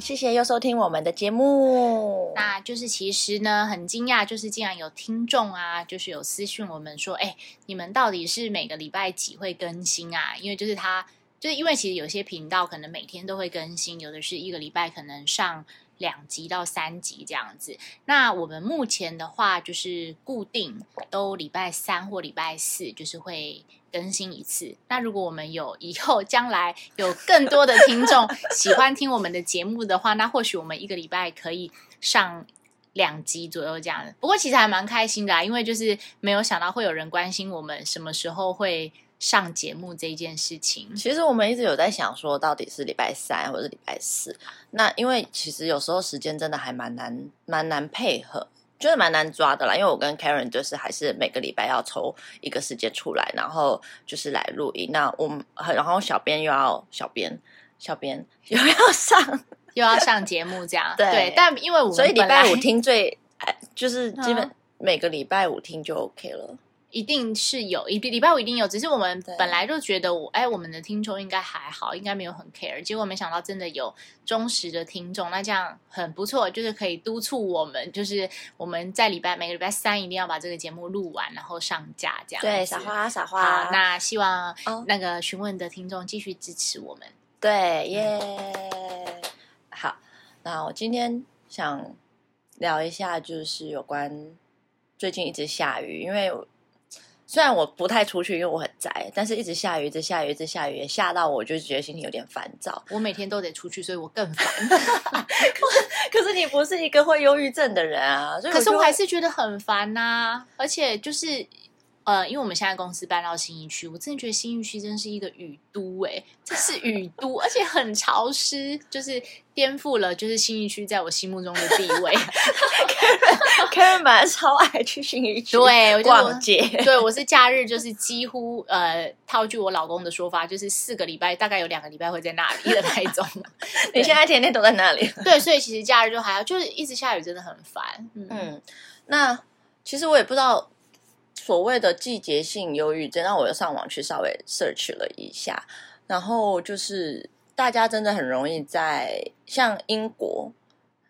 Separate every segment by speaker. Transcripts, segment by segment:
Speaker 1: 谢谢又收听我们的节目。
Speaker 2: 那就是其实呢，很惊讶，就是竟然有听众啊，就是有私讯我们说，哎、你们到底是每个礼拜几会更新啊？因为就是他，就是因为其实有些频道可能每天都会更新，有的是一个礼拜可能上两集到三集这样子。那我们目前的话，就是固定都礼拜三或礼拜四，就是会更新一次。那如果我们有以后将来有更多的听 众喜欢听我们的节目的话，那或许我们一个礼拜可以上。两集左右这样的，不过其实还蛮开心的、啊，因为就是没有想到会有人关心我们什么时候会上节目这一件事情。
Speaker 1: 其实我们一直有在想说，到底是礼拜三或者是礼拜四？那因为其实有时候时间真的还蛮难，蛮难配合，就是蛮难抓的啦。因为我跟 Karen 就是还是每个礼拜要抽一个时间出来，然后就是来录音。那我们然后小编又要小编，小编又要上，
Speaker 2: 又要上节目这样。
Speaker 1: 对
Speaker 2: 但 因为我们
Speaker 1: 所以礼
Speaker 2: 本来
Speaker 1: 拜五听最，哎就是基本
Speaker 2: 嗯
Speaker 1: 每个礼拜五听就 OK 了。
Speaker 2: 一定是有，一礼拜五一定有，只是我们
Speaker 1: 对
Speaker 2: 本来就觉得我哎，我们的听众应该还好，应该没有很 care，结果没想到真的有忠实的听众，那这样很不错，就是可以督促我们，就是我们在礼拜每个礼拜三一定要把这个节目录完，然后上架这样子。
Speaker 1: 对，撒花撒
Speaker 2: 好
Speaker 1: 花，，
Speaker 2: 那希望
Speaker 1: 哦
Speaker 2: 那个询问的听众继续支持我们。
Speaker 1: 对
Speaker 2: 嗯
Speaker 1: 耶。好，那我今天想聊一下，就是有关最近一直下雨，因为我虽然我不太出去，因为我很宅，但是一直下雨，一直下雨，一直下雨，也下到我就觉得心情有点烦躁。
Speaker 2: 我每天都得出去，所以我更烦。
Speaker 1: 可是你不是一个会忧郁症的人啊，所以
Speaker 2: 可是
Speaker 1: 就
Speaker 2: 我还
Speaker 1: 会
Speaker 2: 是觉得很烦呐、而且就是呃，因为我们现在公司搬到新一区，我真的觉得新一区真是一个雨都哎、这是雨都，而且很潮湿，就是颠覆了就是新一区在我心目中的地 位。
Speaker 1: Karen 本来超爱去新一区
Speaker 2: 对，我就
Speaker 1: 逛街，
Speaker 2: 对，我是假日，就是几乎呃，套句我老公的说法，就是四个礼拜，大概有两个礼拜会在那里的那一 种。
Speaker 1: 你现在天天都在那里。
Speaker 2: 对，所以其实假日就还好，就是一直下雨，真的很烦。嗯，
Speaker 1: 嗯，那其实我也不知道所谓的季节性忧郁症，那我又上网去稍微 search 了一下，然后就是大家真的很容易在像英国，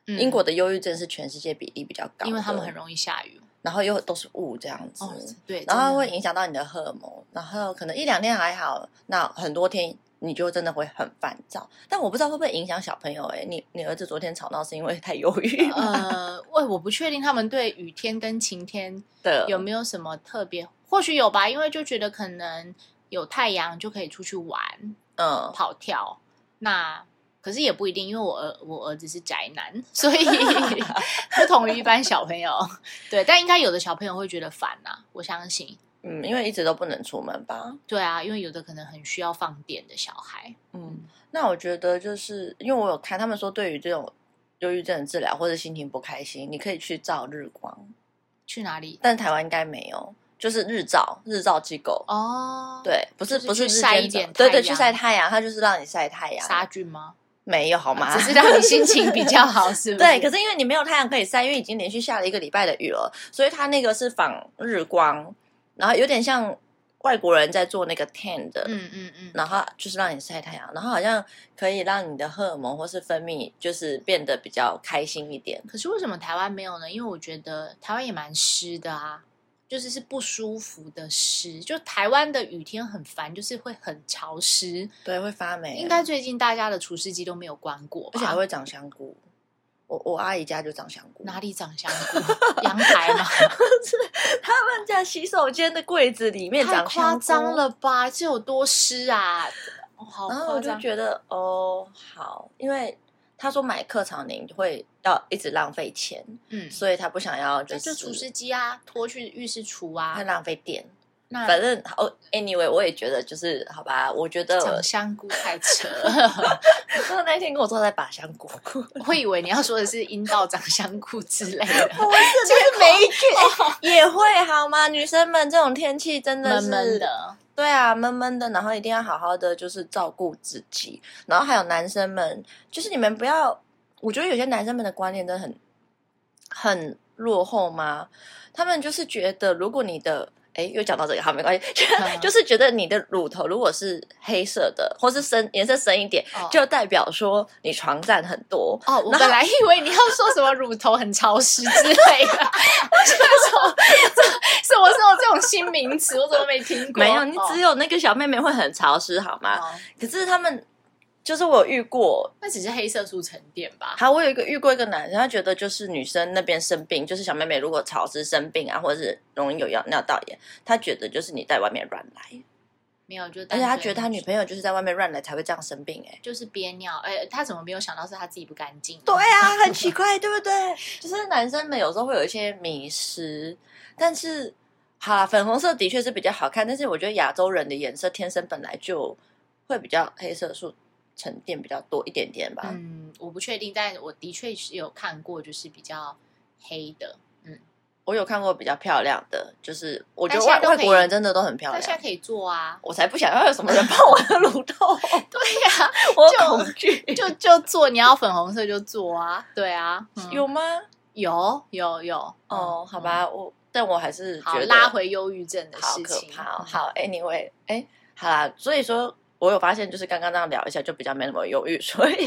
Speaker 2: 嗯
Speaker 1: 英国的忧郁症是全世界比例比较高的，
Speaker 2: 因为他们很容易下雨。
Speaker 1: 然后又都是雾这样子。
Speaker 2: 哦，对，
Speaker 1: 然
Speaker 2: 真的
Speaker 1: 后会影响到你的荷尔蒙，然后可能一两天还好，那很多天你就真的会很烦躁。但我不知道会不会影响小朋友、欸。你你儿子昨天吵闹是因为太忧郁 吗
Speaker 2: 呃，我我不确定他们对雨天跟晴天
Speaker 1: 的，
Speaker 2: 有没有什么特别，或许有吧，因为就觉得可能有太阳就可以出去玩、
Speaker 1: 嗯，
Speaker 2: 跑跳。那可是也不一定，因为我儿我儿子是宅男，所 以不同于一般小朋友。对，但应该有的小朋友会觉得烦呐、我相信。
Speaker 1: 嗯，因为一直都不能出门吧。
Speaker 2: 对啊，因为有的可能很需要放电的小孩，
Speaker 1: 嗯，那我觉得就是因为我有看他们说，对于这种忧郁症的治疗或者心情不开心，你可以去照日光，
Speaker 2: 去哪里？
Speaker 1: 但台湾应该没有，就是日照日照机构。
Speaker 2: 哦，，
Speaker 1: 对，不是
Speaker 2: 就是
Speaker 1: 不是
Speaker 2: 去
Speaker 1: 日
Speaker 2: 晒
Speaker 1: 间
Speaker 2: 一
Speaker 1: 照
Speaker 2: 点
Speaker 1: 对
Speaker 2: 太
Speaker 1: 对，去
Speaker 2: 阳
Speaker 1: 晒太阳，它就是让你晒太阳，
Speaker 2: 杀菌吗？
Speaker 1: 没有好吗
Speaker 2: 只？是让你心情比较好，是不是？
Speaker 1: 对，可是因为你没有太阳可以晒，因为已经连续下了一个礼拜的雨了，所以它那个是仿日光，然后有点像外国人在做那个 tan 的
Speaker 2: 嗯嗯嗯，
Speaker 1: 然后啊就是让你晒太阳，然后好像可以让你的荷尔蒙或是分泌就是变得比较开心一点。
Speaker 2: 可是为什么台湾没有呢？因为我觉得台湾也蛮湿的啊，就是是不舒服的湿。就台湾的雨天很烦，就是会很潮湿。
Speaker 1: 对，会发霉，
Speaker 2: 应该最近大家的除湿机都没有关过吧，
Speaker 1: 而且还会长香菇。我我阿姨家就长香菇，
Speaker 2: 哪里长香菇？阳台嘛，
Speaker 1: 他们家洗手间的柜子里面
Speaker 2: 太
Speaker 1: 长
Speaker 2: 夸
Speaker 1: 香菇
Speaker 2: 张。了吧？这有多湿啊？哦、好
Speaker 1: 然后
Speaker 2: 夸
Speaker 1: 嗯我就
Speaker 2: 张。
Speaker 1: 觉得哦好，因为他说买课长宁会要一直浪费钱，
Speaker 2: 嗯，
Speaker 1: 所以他不想要
Speaker 2: 那
Speaker 1: 就
Speaker 2: 就是除湿机啊，拖去浴室除
Speaker 1: 会
Speaker 2: 啊。
Speaker 1: 浪费电。
Speaker 2: 那
Speaker 1: 反正哦，anyway，我也觉得就是好吧，我觉得
Speaker 2: 长香菇太扯了。
Speaker 1: 他那天跟我说在拔香菇。
Speaker 2: 我以为你要说的是阴道长香菇之类 的，
Speaker 1: 不是，就是霉菌、 哎也会好吗？女生们这种天气真的
Speaker 2: 闷
Speaker 1: 是
Speaker 2: 闷，的。
Speaker 1: 对啊，闷闷的，然后一定要好好的就是照顾自己。然后还有男生们，就是你们不要，我觉得有些男生们的观念真的很很落后吗？他们就是觉得，如果你的哎，又讲到这个，好，没关系， 就是觉得你的乳头如果是黑色的，或是深颜色深一点，
Speaker 2: 哦
Speaker 1: 就代表说你床站很多。
Speaker 2: 哦，我
Speaker 1: 然后
Speaker 2: 本来以为你要说什么乳头很潮湿之 类的，我想说这什么时候这种新名词，我怎么没听过？
Speaker 1: 没有，你
Speaker 2: 哦
Speaker 1: 只有那个小妹妹会很潮湿，好吗？
Speaker 2: 哦
Speaker 1: 可是他们就是我有遇过，
Speaker 2: 那只是黑色素沉淀吧？
Speaker 1: 还我有一个遇过一个男生，他觉得就是女生那边生病，就是小妹妹如果潮湿生病啊，或者是容易有尿尿道炎，他觉得就是你在外面乱来，
Speaker 2: 没有，就单
Speaker 1: 而且他觉得他
Speaker 2: 纯
Speaker 1: 女朋友就是在外面乱来才会这样生病、欸，哎。
Speaker 2: 就是憋尿，哎、他怎么没有想到是他自己不干净？
Speaker 1: 对啊，很奇怪，对不对？就是男生们有时候会有一些迷失，但是好啦，粉红色的确是比较好看，但是我觉得亚洲人的颜色天生本来就会比较黑色素沉淀比较多一点点吧。
Speaker 2: 嗯，我不确定，但我的确是有看过，就是比较黑的。
Speaker 1: 我有看过比较漂亮的，就是我觉得
Speaker 2: 但
Speaker 1: 外
Speaker 2: 现在都
Speaker 1: 外
Speaker 2: 可以
Speaker 1: 国人真的都很漂
Speaker 2: 但现在
Speaker 1: 亮。，
Speaker 2: 可以做啊
Speaker 1: 我才不想要有什么人碰我的乳 头，
Speaker 2: 对呀、
Speaker 1: 我
Speaker 2: 就
Speaker 1: 恐惧。
Speaker 2: 就就做，你要粉红色就做啊，对啊， 嗯
Speaker 1: 有吗？
Speaker 2: 有有有
Speaker 1: 哦，好，
Speaker 2: 嗯
Speaker 1: 吧，我但我还是
Speaker 2: 好
Speaker 1: 觉得
Speaker 2: 拉回忧郁症的
Speaker 1: 好
Speaker 2: 事
Speaker 1: 可
Speaker 2: 情，
Speaker 1: 怕、哦
Speaker 2: 嗯。
Speaker 1: 好，anyway，哎、好啦，所以说我有发现，就是刚刚这样聊一下，就比较没那么忧郁。所 以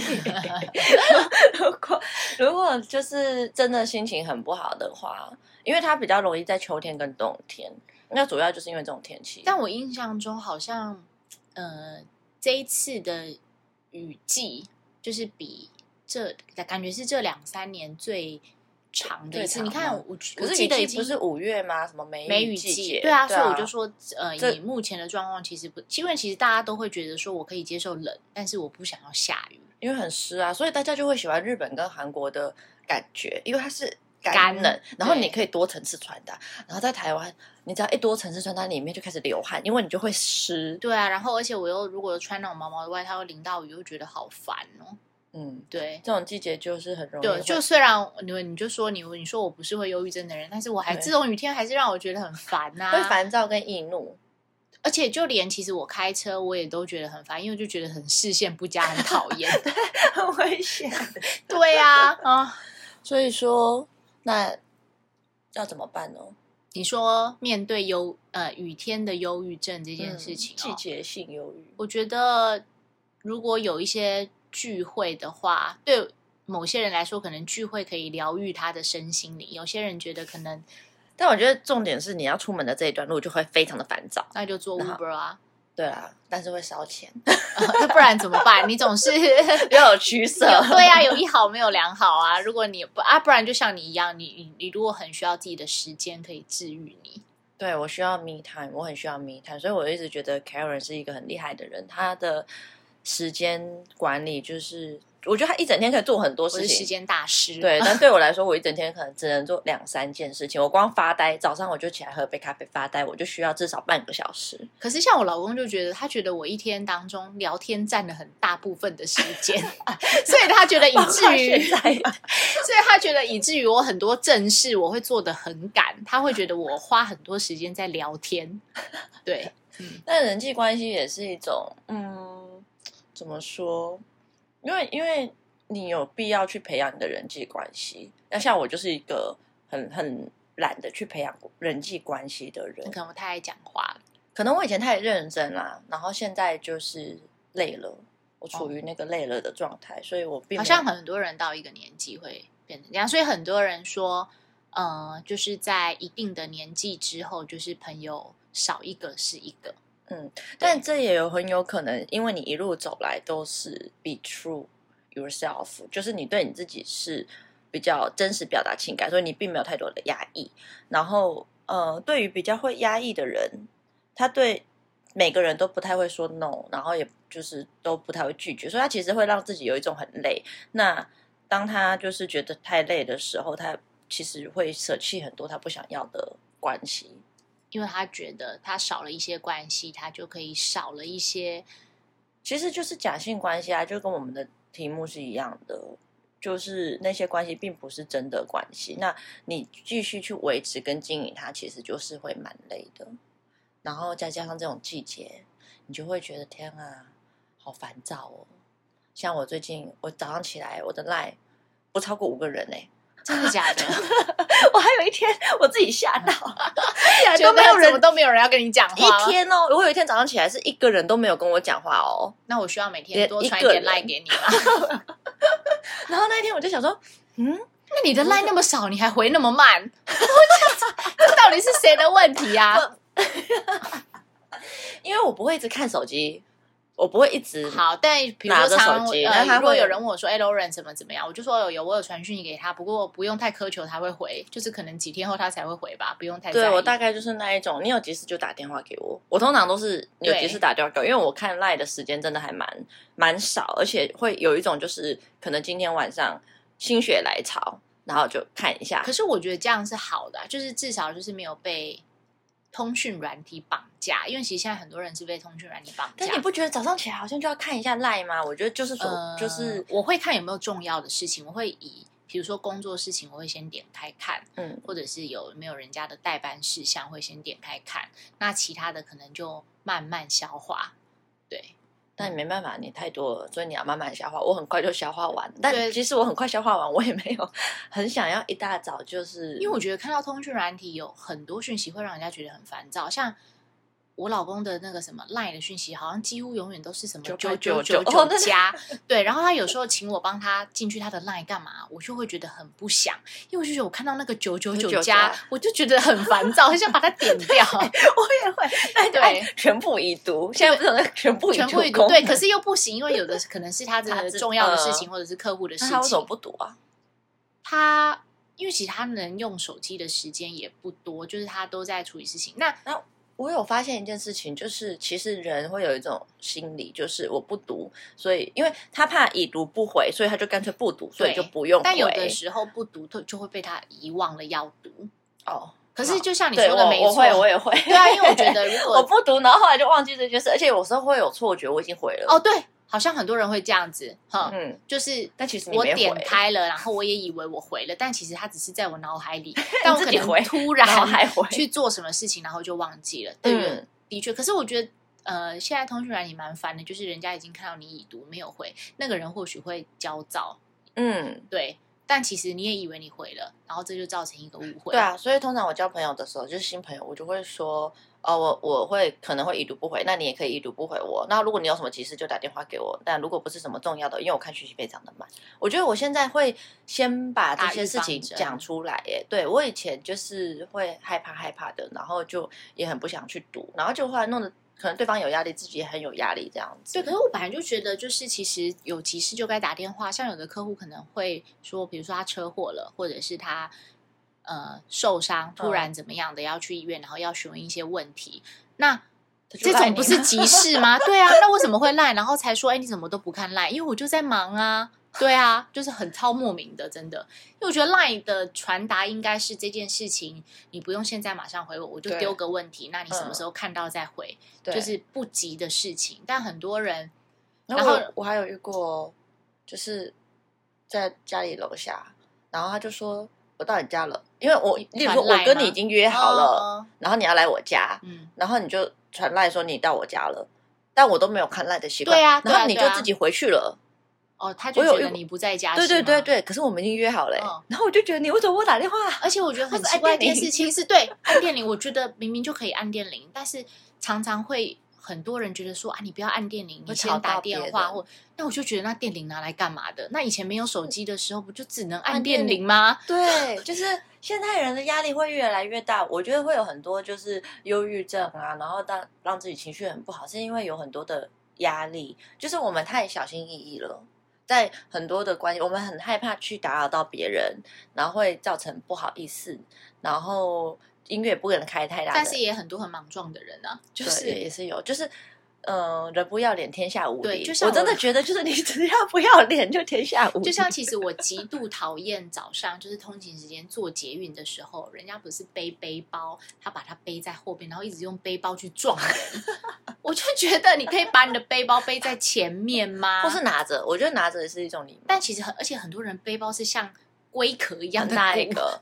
Speaker 1: 如果如果就是真的心情很不好的话，因为它比较容易在秋天跟冬天，那主要就是因为这种天气。
Speaker 2: 但我印象中好像，呃，这一次的雨季就是比这感觉是这两三年最长的一次。
Speaker 1: 最长
Speaker 2: 你看
Speaker 1: 吗
Speaker 2: 我，我
Speaker 1: 可是
Speaker 2: 记
Speaker 1: 雨
Speaker 2: 得已
Speaker 1: 季不
Speaker 2: 经
Speaker 1: 是五月吗？什么梅
Speaker 2: 梅
Speaker 1: 雨
Speaker 2: 雨
Speaker 1: 季
Speaker 2: 季
Speaker 1: 节？，
Speaker 2: 对啊，所以我就说，呃，
Speaker 1: 这
Speaker 2: 以目前的状况，其实不，因为其实大家都会觉得说我可以接受冷，但是我不想要下雨。
Speaker 1: 因为很湿啊，所以大家就会喜欢日本跟韩国的感觉，因为它是
Speaker 2: 干
Speaker 1: 干冷，然后
Speaker 2: 对
Speaker 1: 你可以多层次穿搭。然后在台湾，你只要一多层次穿搭，里面就开始流汗，因为你就会湿。
Speaker 2: 对啊，然后而且我又如果穿那种毛毛的外套，淋到雨又觉得好烦哦。
Speaker 1: 嗯，
Speaker 2: 对，
Speaker 1: 这种季节就是很容易
Speaker 2: 对，
Speaker 1: 会。
Speaker 2: 就虽然你你就说你你说我不是会忧郁症的人，但是我还
Speaker 1: 对
Speaker 2: 这种雨天还是让我觉得很烦呐、
Speaker 1: 会烦躁跟易 怒，
Speaker 2: 而且就连其实我开车我也都觉得很烦，因为我就觉得很视线不佳，很讨 厌。
Speaker 1: 很危险。
Speaker 2: 对啊，啊，
Speaker 1: 所以说，那要怎么办呢？
Speaker 2: 你说面对忧呃雨天的忧郁症这
Speaker 1: 一
Speaker 2: 件事情、
Speaker 1: 嗯季
Speaker 2: 哦，
Speaker 1: 节性忧郁，
Speaker 2: 我觉得如果有一些聚会的话，对某些人来说，可能聚会可以疗愈他的身心灵；有些人觉得可能
Speaker 1: 但我觉得重点是你要出门的这一段路就会非常的烦躁。
Speaker 2: 那就做
Speaker 1: 那好
Speaker 2: Uber 啊，
Speaker 1: 对啊，但是会烧钱，
Speaker 2: 那不然怎么办？你总是
Speaker 1: 要有取舍。
Speaker 2: 有 对 啊，有一好没有两好啊。如果你不啊，不然就像你一样，你你你如果很需要自己的时间可以治愈你，
Speaker 1: 对我需要 me time，我很需要 me time，所以我一直觉得 Karen 是一个很厉害的人，她的时间管理就是，我觉得她一整天可以做很多
Speaker 2: 我
Speaker 1: 事
Speaker 2: 是时
Speaker 1: 情。
Speaker 2: 间大师。
Speaker 1: 对，但对我来说，我一整天可能只能做两三件事情。我光发呆，早上我就起来喝杯咖啡发呆，我就需要至少半个小时。
Speaker 2: 可是像我老公就觉得，他觉得我一天当中聊天占了很大部分的时 间，所以他觉得以
Speaker 1: 以
Speaker 2: 至 于，
Speaker 1: 现在，
Speaker 2: 所以他觉得以至于我很多正事我会做的很赶，他会觉得我花很多时间在聊天。 对，
Speaker 1: 但人际关系也是一种，嗯，怎么说？因为因为你有必要去培养你的人际关系。那像我就是一个很很懒得去培养人际关系的人，
Speaker 2: 可能我太爱讲话了。
Speaker 1: 可能我以前太认真啦，然后现在就是累了，我处于那个累了的状态，所以我并没
Speaker 2: 哦
Speaker 1: 有
Speaker 2: 好像很多人到一个年纪会变成这样，所以很多人说，呃，就是在一定的年纪之后，就是朋友少一个是一个。
Speaker 1: 嗯但这也有很有可能，因为你一路走来都是 be true yourself，就是你对你自己是比较真实表达情感，所以你并没有太多的压抑。然后，呃，对于比较会压抑的人，他对每个人都不太会说 no，然后也就是都不太会拒绝，所以他其实会让自己有一种很累。那当他就是觉得太累的时候，他其实会舍弃很多他不想要的关系。
Speaker 2: 因为他觉得他少了一些关系，他就可以少了一些
Speaker 1: 其实就是假性关系啊，就跟我们的题目是一样的，就是那些关系并不是真的关系。那你继续去维持跟经营它，其实就是会蛮累的。然后再加上这种季节，你就会觉得天啊，好烦躁哦。像我最近，我早上起来，我的 line 不超 过五个人哎、
Speaker 2: 真的假的？
Speaker 1: 我还有一天我自己吓到，竟然
Speaker 2: 就得
Speaker 1: 没有人
Speaker 2: 怎么都没有人要跟你讲话。啊
Speaker 1: 一，天哦，我有一天早上起来是一个人都没有跟我讲话哦。
Speaker 2: 那我需要每天
Speaker 1: 也
Speaker 2: 多
Speaker 1: 一
Speaker 2: 传一
Speaker 1: 个
Speaker 2: 点
Speaker 1: 人
Speaker 2: 赖给你吗？
Speaker 1: 然后那一天我就想说，嗯，
Speaker 2: 那你的赖那么少，你还回那么慢， 我这这到底是谁的问题啊？
Speaker 1: 因为我不会一直看手机，我不会一直
Speaker 2: 好，但比如
Speaker 1: 拿
Speaker 2: 说
Speaker 1: 着
Speaker 2: 常
Speaker 1: 手机
Speaker 2: 呃，
Speaker 1: 但他
Speaker 2: 如果
Speaker 1: 会
Speaker 2: 有人问我说，哎、l a u r e n 怎么怎么样，我就说有有，我有传讯息给他，不过不用太苛求他会回，就是可能几天后他才会回吧，不用太在
Speaker 1: 对
Speaker 2: 意
Speaker 1: 我大概就是那一种，你有急事就打电话给我。我通常都是你有急事打电话给我，因为我看赖的时间真的还蛮蛮少，而且会有一种就是可能今天晚上心血来潮，然后就看一下
Speaker 2: 可。是我觉得这样是好的啊、就是至少就是没有被通讯软体绑架，因为其实现在很多人是被通讯软体绑架
Speaker 1: 但你。不觉得早上起来好像就要看一下赖吗？我觉得就是说，
Speaker 2: 呃，
Speaker 1: 就是
Speaker 2: 我会看有没有重要的事情，我会以比如说工作事情，我会先点开看，
Speaker 1: 嗯，
Speaker 2: 或者是有没有人家的代办事项会先点开看，那其他的可能就慢慢消化。对，
Speaker 1: 但你没办法，你太多了，所以你要慢慢消化。我很快就消化完，
Speaker 2: 对
Speaker 1: 但其实我很快消化完，我也没有 很想要一大早就是，
Speaker 2: 因为我觉得看到通讯软体有很多讯息会让人家觉得很烦躁，像。我老公的那个什么 LINE 的讯息，好像几乎永远都是什么九
Speaker 1: 999
Speaker 2: 九九
Speaker 1: 哦
Speaker 2: 九
Speaker 1: 那
Speaker 2: 加，对。然后他有时候请我帮他进去他的 LINE 干嘛，我就会觉得很不想，因为我就觉得我看到那个九九九
Speaker 1: 999
Speaker 2: 加，我就觉得很烦躁，很想把它点 掉。
Speaker 1: 哎我也会，但
Speaker 2: 对
Speaker 1: 哎全部已读。现在不是有那个全部已
Speaker 2: 全
Speaker 1: 读
Speaker 2: 部已读
Speaker 1: 功
Speaker 2: 对，
Speaker 1: 能
Speaker 2: 可是又不行，因为有的是可能是他
Speaker 1: 他
Speaker 2: 的
Speaker 1: 自
Speaker 2: 重要的事
Speaker 1: 呃
Speaker 2: 情，或者是客户的事
Speaker 1: 那他为什么
Speaker 2: 情。
Speaker 1: 不读啊？
Speaker 2: 他因为其实他能用手机的时间也不多，就是他都在处理事情。那
Speaker 1: 我有发现一件事情，就是其实人会有一种心理，就是我不读，所以因为他怕已读不回，所以他就干脆不读，所以就不用回。
Speaker 2: 但有的时候不读，就就会被他遗忘了要读。
Speaker 1: 哦，
Speaker 2: 可是
Speaker 1: 好
Speaker 2: 就像你
Speaker 1: 对
Speaker 2: 说
Speaker 1: 我
Speaker 2: 的没
Speaker 1: 我
Speaker 2: 错，
Speaker 1: 会我也会，
Speaker 2: 对啊，因为我觉得如
Speaker 1: 我
Speaker 2: 果
Speaker 1: 不读，然后后来就忘记这件事，而且有时候会有错觉，我已经回了。
Speaker 2: 哦对，好像很多人会这样子，哈、
Speaker 1: 嗯，
Speaker 2: 就是。
Speaker 1: 但其实你
Speaker 2: 我
Speaker 1: 没回，
Speaker 2: 点开了，然后我也以为我回了，但其实他只是在我脑海里 但我
Speaker 1: 自
Speaker 2: 可
Speaker 1: 己
Speaker 2: 能
Speaker 1: 回
Speaker 2: 突
Speaker 1: 然后
Speaker 2: 然
Speaker 1: 还回，
Speaker 2: 去做什么事情，然后就忘记了。对，
Speaker 1: 嗯，
Speaker 2: 的确。可是我觉得，呃，现在通讯软体蛮烦的，就是人家已经看到你已读没有回，那个人或许会焦躁，
Speaker 1: 嗯。
Speaker 2: 对。但其实你也以为你回了，然后这就造成一个误会。
Speaker 1: 对，啊，所以通常我交朋友的时候，就是新朋友，我就会说，哦，我我会可能会已读不回，那你也可以已读不回我。那如果你有什么急事，就打电话给我。但如果不是什么重要的，因为我看讯息非常的慢，我觉得我现在会先把这
Speaker 2: 打预
Speaker 1: 些事
Speaker 2: 防
Speaker 1: 情
Speaker 2: 针
Speaker 1: 讲出来。耶，对我以前就是会害怕害怕的，然后就也很不想去读，然后就后来弄得可能对方有压力，自己也很有压力这样子。
Speaker 2: 对。可是我本来就觉得，就是其实有急事就该打电话。像有的客户可能会说，比如说他车祸了，或者是他呃受伤，
Speaker 1: 嗯
Speaker 2: 突然怎么样的、要去医院，然后要询问一些问题。那
Speaker 1: 他
Speaker 2: 这
Speaker 1: 就赖
Speaker 2: 种
Speaker 1: 你
Speaker 2: 不是
Speaker 1: 了
Speaker 2: 急事吗？对啊，那为什么会赖？然后才说，哎，你怎么都不看赖？因为我就在忙啊。对啊，就是很超莫名的，真的。因为我觉得赖的传达应该是这件事情，你不用现在马上回我，我就
Speaker 1: 对
Speaker 2: 丢个问题，那你什么
Speaker 1: 嗯
Speaker 2: 时候看到再回，
Speaker 1: 对
Speaker 2: 就是不急的事情。但很多人，
Speaker 1: 然
Speaker 2: 然
Speaker 1: 后我
Speaker 2: 后
Speaker 1: 有我还有遇过，就是在家里楼下，然后他就说我到你家了，因为我，例如说
Speaker 2: 传
Speaker 1: 我
Speaker 2: 赖
Speaker 1: 跟
Speaker 2: 吗
Speaker 1: 你已经约好了，
Speaker 2: 哦，
Speaker 1: 然后你要来我家，
Speaker 2: 嗯，
Speaker 1: 然后你就传赖说你到我家了，但我都没有看赖的习惯，
Speaker 2: 对啊对啊
Speaker 1: 然后你就
Speaker 2: 对啊
Speaker 1: 自己回去了，
Speaker 2: 哦，他就
Speaker 1: 我有
Speaker 2: 觉
Speaker 1: 遇
Speaker 2: 得
Speaker 1: 过
Speaker 2: 你不在家，
Speaker 1: 对对
Speaker 2: 是吗
Speaker 1: 对。对，可是我们已经约好了欸、
Speaker 2: 嗯
Speaker 1: 然后我就觉得你为什么不打电话？
Speaker 2: 而且我觉得很
Speaker 1: 或者
Speaker 2: 奇怪
Speaker 1: 按
Speaker 2: 的
Speaker 1: 电
Speaker 2: 一件
Speaker 1: 铃
Speaker 2: 事情是，对按电铃，我觉得明明就可以按电铃，但是常常会很多人觉得说啊，你不要按电铃，你
Speaker 1: 会
Speaker 2: 先
Speaker 1: 吵
Speaker 2: 打
Speaker 1: 到别
Speaker 2: 电话
Speaker 1: 人
Speaker 2: 或那我就觉得那电铃拿来干嘛的？那以前没有手机的时候，不就只能按
Speaker 1: 按
Speaker 2: 电
Speaker 1: 电
Speaker 2: 铃吗？
Speaker 1: 对，就是现在人的压力会越来越大，我觉得会有很多就是忧郁症啊，然后让让自己情绪很不好，是因为有很多的压力，就是我们太小心翼翼了。在很多的关系，我们很害怕去打扰到别人，然后会造成不好意思，然后音乐不可能开太大的，
Speaker 2: 但是也很多很莽撞的人啊，就
Speaker 1: 对
Speaker 2: 是
Speaker 1: 也是有，就是嗯、呃人不要脸，天下无
Speaker 2: 对
Speaker 1: 敌。
Speaker 2: 就像
Speaker 1: 我真
Speaker 2: 我
Speaker 1: 的觉得，就是你只要不要脸，就天下无
Speaker 2: 就
Speaker 1: 敌。
Speaker 2: 像其实我极度讨厌早上就是通勤时间坐捷运的时候，人家不是背背包，他把它背在后边，然后一直用背包去撞人， 我就觉得你可以把你的背包背在前面吗？
Speaker 1: 或是拿着，我觉得拿着也是一种礼貌。
Speaker 2: 但其实很，而且很多人背包是像龟壳一样
Speaker 1: 很
Speaker 2: 的
Speaker 1: 大一
Speaker 2: 鼓，
Speaker 1: 个。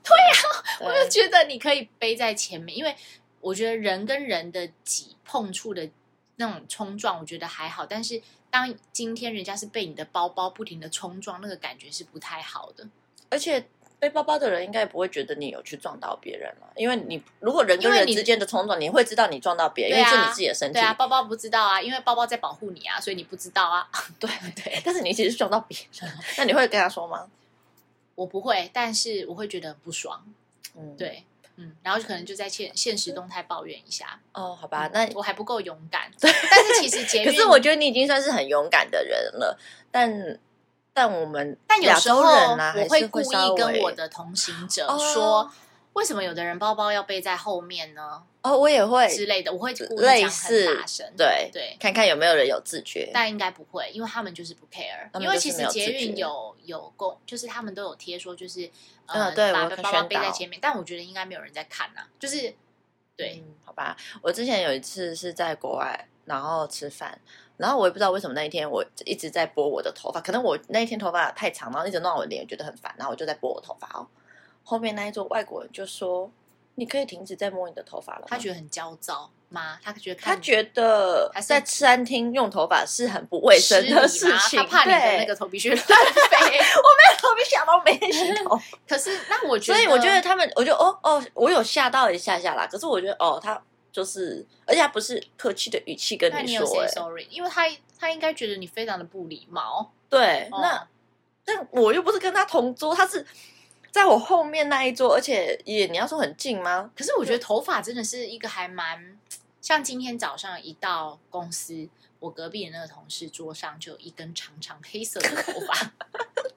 Speaker 1: 对
Speaker 2: 我就觉得你可以背在前面，因为我觉得人跟人的挤碰触的那种冲撞，我觉得还好。但是当今天人家是被你的包包不停的冲撞，那个感觉是不太好的。
Speaker 1: 而且背包包的人应该也不会觉得你有去撞到别人了，因为你如果人跟
Speaker 2: 因为
Speaker 1: 人
Speaker 2: 你
Speaker 1: 之间的冲撞，你会知道你撞到别人，
Speaker 2: 对
Speaker 1: 因
Speaker 2: 啊
Speaker 1: 为是你自己的身体
Speaker 2: 对，啊，包包不知道啊，因为包包在保护你啊，所以你不知道啊。
Speaker 1: 对对。但是你其实撞到别人，啊那你会跟他说吗？
Speaker 2: 我不会，但是我会觉得不爽。
Speaker 1: 嗯，。
Speaker 2: 对，嗯，然后就可能就在现现实动态抱怨一下
Speaker 1: 哦，好吧，那
Speaker 2: 嗯我还不够勇敢。但是其实捷运，
Speaker 1: 可是我觉得你已经算是很勇敢的人了，但但我们
Speaker 2: 但有
Speaker 1: 亚
Speaker 2: 时候
Speaker 1: 洲人啊，
Speaker 2: 我
Speaker 1: 还是
Speaker 2: 故
Speaker 1: 会稍
Speaker 2: 意跟
Speaker 1: 微
Speaker 2: 我的同行者
Speaker 1: 哦
Speaker 2: 说，为什么有的人包包要背在后面呢？
Speaker 1: 哦，我也会
Speaker 2: 之类的，我会故意
Speaker 1: 类
Speaker 2: 讲很
Speaker 1: 似
Speaker 2: 大声。
Speaker 1: 对，
Speaker 2: 对，
Speaker 1: 看看有没有人有自觉。
Speaker 2: 但应该不会，因为他们就是不 care，
Speaker 1: 他们
Speaker 2: 因为
Speaker 1: 就是
Speaker 2: 其
Speaker 1: 没
Speaker 2: 实
Speaker 1: 有
Speaker 2: 捷
Speaker 1: 自
Speaker 2: 运
Speaker 1: 觉
Speaker 2: 有有公，就是他们都有贴说，就是
Speaker 1: 嗯
Speaker 2: 呃，
Speaker 1: 对
Speaker 2: 把
Speaker 1: 我有
Speaker 2: 背
Speaker 1: 看
Speaker 2: 包包
Speaker 1: 宣
Speaker 2: 背在
Speaker 1: 导
Speaker 2: 前面，但我觉得应该没有人在看呐、啊就是对，
Speaker 1: 嗯好吧，我之前有一次是在国外，然后吃饭，然后我也不知道为什么那一天我一直在拨我的头发，可能我那一天头发太长，然后一直弄到我脸，觉得很烦，然后我就在拨我头发哦。后面那一桌外国人就说：“你可以停止再摸你的头发了吗。”
Speaker 2: 他觉得很焦躁吗？他觉得
Speaker 1: 他
Speaker 2: 看
Speaker 1: 觉得
Speaker 2: 还是
Speaker 1: 在餐厅用头发是很不卫生的
Speaker 2: 失礼
Speaker 1: 事
Speaker 2: 吗
Speaker 1: 情，
Speaker 2: 他怕你的那
Speaker 1: 对
Speaker 2: 个头皮屑乱飞。
Speaker 1: 我没想到没洗 头，
Speaker 2: 可是那我觉得，
Speaker 1: 所以我觉得他们，我就哦哦，我有吓到一下下啦。可是我觉得哦，他就是，而且他不是客气的语气跟
Speaker 2: 那你有
Speaker 1: 说、
Speaker 2: say
Speaker 1: 哎，
Speaker 2: sorry，因为他他应该觉得你非常的不礼貌。
Speaker 1: 对，
Speaker 2: 哦
Speaker 1: 那但我又不是跟他同桌，他是在我后面那一桌，而且也你要说很近吗？
Speaker 2: 可是我觉得头发真的是一个还蛮，像今天早上一到公司，我隔壁的那个同事桌上就有一根长长黑色的头发，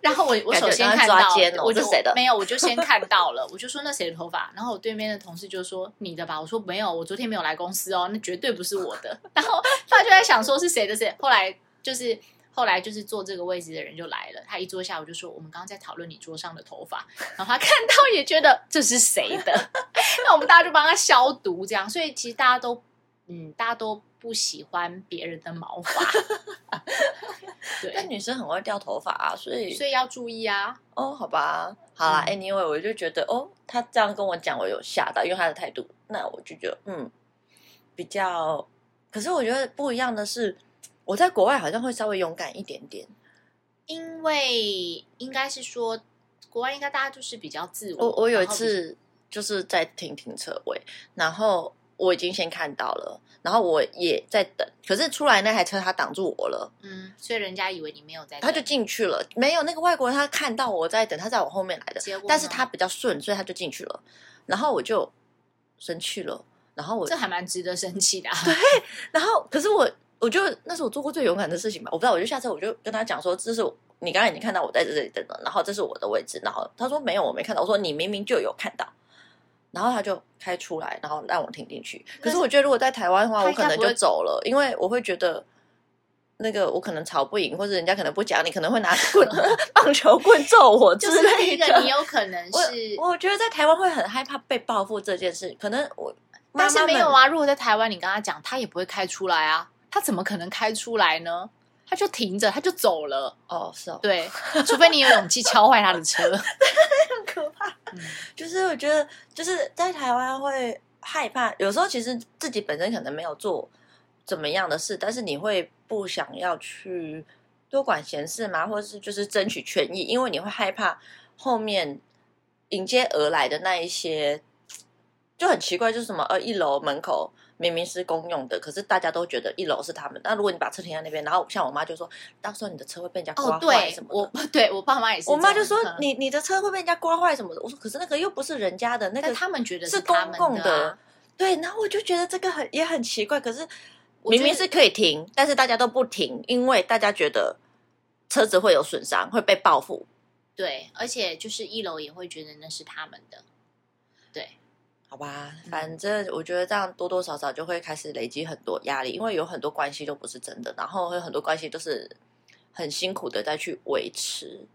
Speaker 2: 然后我我
Speaker 1: 感觉
Speaker 2: 首先
Speaker 1: 刚刚
Speaker 2: 看到
Speaker 1: 抓奸哦
Speaker 2: 我就
Speaker 1: 这是谁的
Speaker 2: 没有，我就 先看到了，我就说那谁的头发，然后我对面的同事就说你的吧，我说没有，我昨天没有来公司哦，那绝对不是我的， 然后他就在想说是谁的谁，后来就是。后来就是坐这个位置的人就来了，他一坐下我就说我们刚刚在讨论你桌上的头发，然后他看到也觉得这是谁 的，那我们大家就帮他消毒这样，所以其实大家都嗯大家都不喜欢别人的毛 发，对，
Speaker 1: 但女生很会掉头发啊，所以
Speaker 2: 所以要注意啊，
Speaker 1: 哦，好吧，好啦、a
Speaker 2: 嗯
Speaker 1: n y w a y 我就觉得哦，他这样跟我讲，我有吓到，因为他的态度，那我就觉得嗯，比较。可是我觉得不一样的是，我在国外好像会稍微勇敢一点点。
Speaker 2: 因为应该是说国外应该大家就是比较自我，
Speaker 1: 我我有一
Speaker 2: 哦然后比
Speaker 1: 次就是在停停车位，然后我已经先看到了，然后我也在等，可是出来那台车他挡住我了，
Speaker 2: 嗯，所以人家以为你没有在等，
Speaker 1: 他就进去了。没有那个外国人，他看到我在等，他在我后面来的，
Speaker 2: 结果呢，
Speaker 1: 但是他比较顺，所以他就进去了。然后我就生气了，然后我
Speaker 2: 这还蛮值得生气的、啊，
Speaker 1: 然后可是我，我就那是我做过最勇敢的事情吧。我不知道，我就下车我就跟他讲说，这是我你刚刚已经看到我在这里等了，然后这是我的位置。然后他说没有，我没看到。我说你明明就有看到。然后他就开出来，然后让我停进去。可是我觉得如果在台湾的话，
Speaker 2: 他
Speaker 1: 我
Speaker 2: 应该
Speaker 1: 可能
Speaker 2: 不会
Speaker 1: 就走了，因为我会觉得。那个我可能吵不赢，或者人家可能不讲，你可能会拿 棍、棒球棍揍我之
Speaker 2: 就是第
Speaker 1: 类
Speaker 2: 一
Speaker 1: 的。
Speaker 2: 个你有可能
Speaker 1: 我
Speaker 2: 是。
Speaker 1: 我觉得在台湾会很害怕被报复这件事，可能我
Speaker 2: 但是没有
Speaker 1: 啊。
Speaker 2: 啊，如果在台湾，你跟他讲，他也不会开出来啊，他怎么可能开出来呢？他就停着，他就走了。
Speaker 1: 哦，是哦，
Speaker 2: 对，除非你有勇气敲坏他的车。
Speaker 1: 很可怕。
Speaker 2: 嗯
Speaker 1: 就是我觉得，就是在台湾会害怕，有时候其实自己本身可能没有做怎么样的事，但是你会不想要去多管闲事嘛，或者是就是争取权益，因为你会害怕后面迎接而来的那一些，就很奇怪，就是什么呃，一楼门口。明明是公用的，可是大家都觉得一楼是他们。那如果你把车停在那边，然后像我妈就说，到时候你的车会被人家刮
Speaker 2: 哦，
Speaker 1: 坏
Speaker 2: 对
Speaker 1: 什么，的。
Speaker 2: 我对我爸妈也是这
Speaker 1: 我
Speaker 2: 样。
Speaker 1: 妈就说
Speaker 2: 嗯，
Speaker 1: 你你的车会被人家刮坏什么的。我说可是那个又不是人家的，那
Speaker 2: 但
Speaker 1: 个
Speaker 2: 他们觉得
Speaker 1: 是公
Speaker 2: 他们
Speaker 1: 共
Speaker 2: 的啊，
Speaker 1: 对。然后我就觉得这个很也很奇怪，可是
Speaker 2: 我觉
Speaker 1: 明
Speaker 2: 得
Speaker 1: 明是可以停，但是大家都不停，因为大家觉得车子会有损伤，会被报复。
Speaker 2: 对，而且就是一楼也会觉得那是他们的。
Speaker 1: 好吧，反正我觉得这样多多少少就会开始累积很多压力，因为有很多关系都不是真的，然后有很多关系都是很辛苦的再去维持，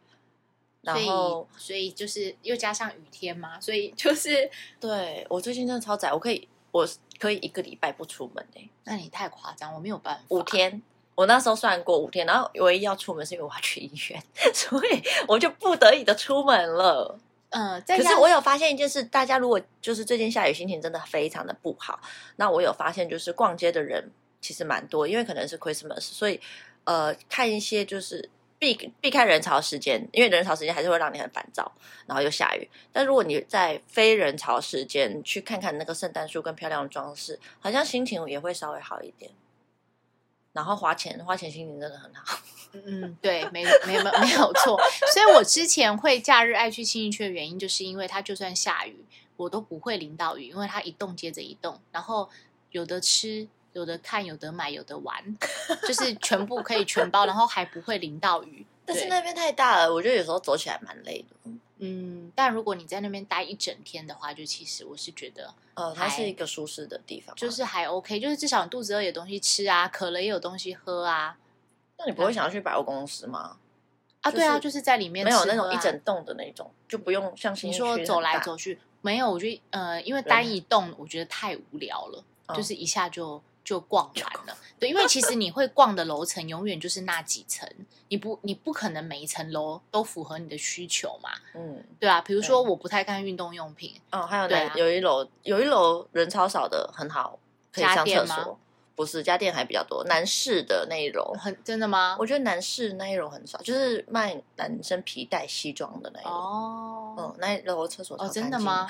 Speaker 1: 然
Speaker 2: 所以
Speaker 1: 后，
Speaker 2: 所以就是又加上雨天嘛，所以就是，
Speaker 1: 对我最近真的超宅，我可以我可以一个礼拜不出门欸
Speaker 2: 那你太夸张，我没有办法。
Speaker 1: 五天。我那时候算过五天，然后唯一要出门是因为我要去医院， 所以我就不得已的出门了。
Speaker 2: 嗯，在
Speaker 1: 可
Speaker 2: 家
Speaker 1: 是我有发现一件事，大家如果就是最近下雨，心情真的非常的不好。那我有发现，就是逛街的人其实蛮多，因为可能是 Christmas，所以呃，看一些就是避避开人潮时间，因为人潮时间还是会让你很烦躁，然后又下雨。但如果你在非人潮时间去看看那个圣诞树跟漂亮的装饰，好像心情也会稍微好一点。然后花钱，花钱心情真的很好。
Speaker 2: 嗯，对，没没没没有错。所以我之前会假日爱去新义区的原因，就是因为它就算下雨，我都不会淋到雨，因为它一栋接着一栋，然后有的吃，有的看，有的买，有的玩，就是全部可以全包，然后还不会淋到雨。
Speaker 1: 但是
Speaker 2: 对
Speaker 1: 那边太大了，我觉得有时候走起来蛮累的。
Speaker 2: 嗯，但如果你在那边待一整天的话，就其实我是觉得
Speaker 1: 呃，它
Speaker 2: 还
Speaker 1: 是一个舒适的地方，
Speaker 2: 就是还 OK，就是至少肚子饿有东西吃啊，渴了也有东西喝啊。
Speaker 1: 那你不会想要去百货公司吗？
Speaker 2: 啊，
Speaker 1: 就是
Speaker 2: 对啊，就是在里面
Speaker 1: 没有
Speaker 2: 吃
Speaker 1: 那
Speaker 2: 喝
Speaker 1: 种一
Speaker 2: 啊
Speaker 1: 整栋的那种，就不用像新
Speaker 2: 你
Speaker 1: 一区
Speaker 2: 说走
Speaker 1: 很
Speaker 2: 来
Speaker 1: 大
Speaker 2: 走去，没有，我觉得呃，因为单一栋我觉得太无聊了，
Speaker 1: 嗯
Speaker 2: 就是一下就就逛完了。对，因为其实你会逛的楼层永远就是那几层，你不你不可能每一层楼都符合你的需求嘛，
Speaker 1: 嗯
Speaker 2: 对啊。比如说
Speaker 1: 对
Speaker 2: 我不太看运动用品，
Speaker 1: 哦，还有
Speaker 2: 对
Speaker 1: 那、
Speaker 2: 啊
Speaker 1: 有一楼有一楼人超少的，很好，可以
Speaker 2: 家
Speaker 1: 上
Speaker 2: 电
Speaker 1: 厕
Speaker 2: 吗哦
Speaker 1: 所。不是家电还比较多，男士的那一楼，
Speaker 2: 很真的吗？
Speaker 1: 我觉得男士那一楼很少，就是卖男生皮带西装的那一楼。
Speaker 2: 哦。
Speaker 1: 嗯，那一楼厕所
Speaker 2: 哦，
Speaker 1: 超
Speaker 2: 真
Speaker 1: 干
Speaker 2: 的
Speaker 1: 净
Speaker 2: 吗？？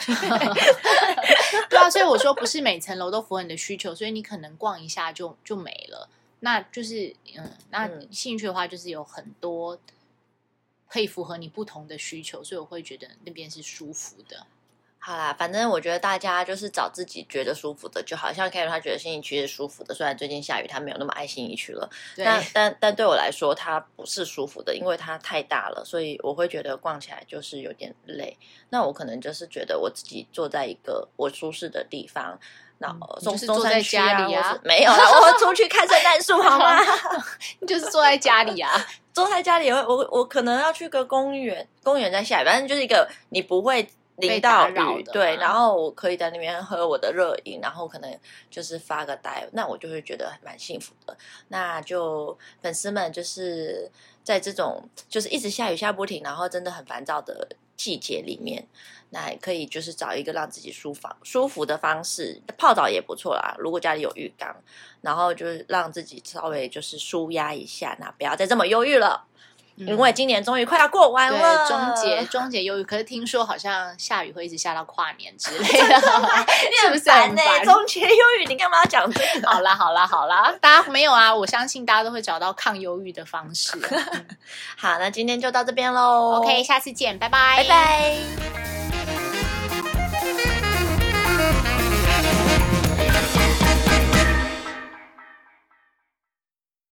Speaker 2: 对啊，所以我说不是每层楼都符合你的需求，所以你可能逛一下就就没了。那就是嗯，那
Speaker 1: 嗯
Speaker 2: 兴趣的话，就是有很多可以符合你不同的需求，所以我会觉得那边是舒服的。
Speaker 1: 好啦，反正我觉得大家就是找自己觉得舒服的就好。像 Karen 他觉得新一区是舒服的，虽然最近下雨，他没有那么爱新一区了。
Speaker 2: 对，
Speaker 1: 但但但对我来说，它不是舒服的，因为它太大了，所以我会觉得逛起来就是有点累。那我可能就是觉得我自己坐在一个我舒适的地方，那
Speaker 2: 嗯
Speaker 1: 呃
Speaker 2: 你
Speaker 1: 中
Speaker 2: 就是
Speaker 1: 中
Speaker 2: 坐在
Speaker 1: 山区
Speaker 2: 家里啊
Speaker 1: 或是没有啦，我会出去看圣 诞树好吗？
Speaker 2: 就是坐在家里 啊，
Speaker 1: 坐在家里也会，我我可能要去个公园，公园在下雨，反正就是一个你不会淋到
Speaker 2: 被打扰
Speaker 1: 雨，
Speaker 2: 的
Speaker 1: 对，
Speaker 2: 嘛
Speaker 1: 然后我可以在那边喝我的热饮，然后可能就是发个呆，那我就会觉得蛮幸福的。那就粉丝们就是在这种就是一直下雨下不停，然后真的很烦躁的季节里面，那也可以就是找一个让自己舒服舒服的方式，泡澡也不错啦。如果家里有浴缸，然后就是让自己稍微就是舒压一下，那不要再这么忧郁了，
Speaker 2: 嗯
Speaker 1: 因为今年终于快要过完
Speaker 2: 对
Speaker 1: 了，
Speaker 2: 终结。终结忧郁。可是听说好像下雨会一直下到跨年之类的， 是不
Speaker 1: 很
Speaker 2: 是很
Speaker 1: 烦呢、
Speaker 2: 烦？
Speaker 1: 终结忧郁，你干嘛要讲这 个？
Speaker 2: 好啦好啦好啦，大家没有啊，我相信大家都会找到抗忧郁的方式。嗯
Speaker 1: 好，那今天就到这边喽。
Speaker 2: OK，下次见，拜拜，
Speaker 1: 拜拜。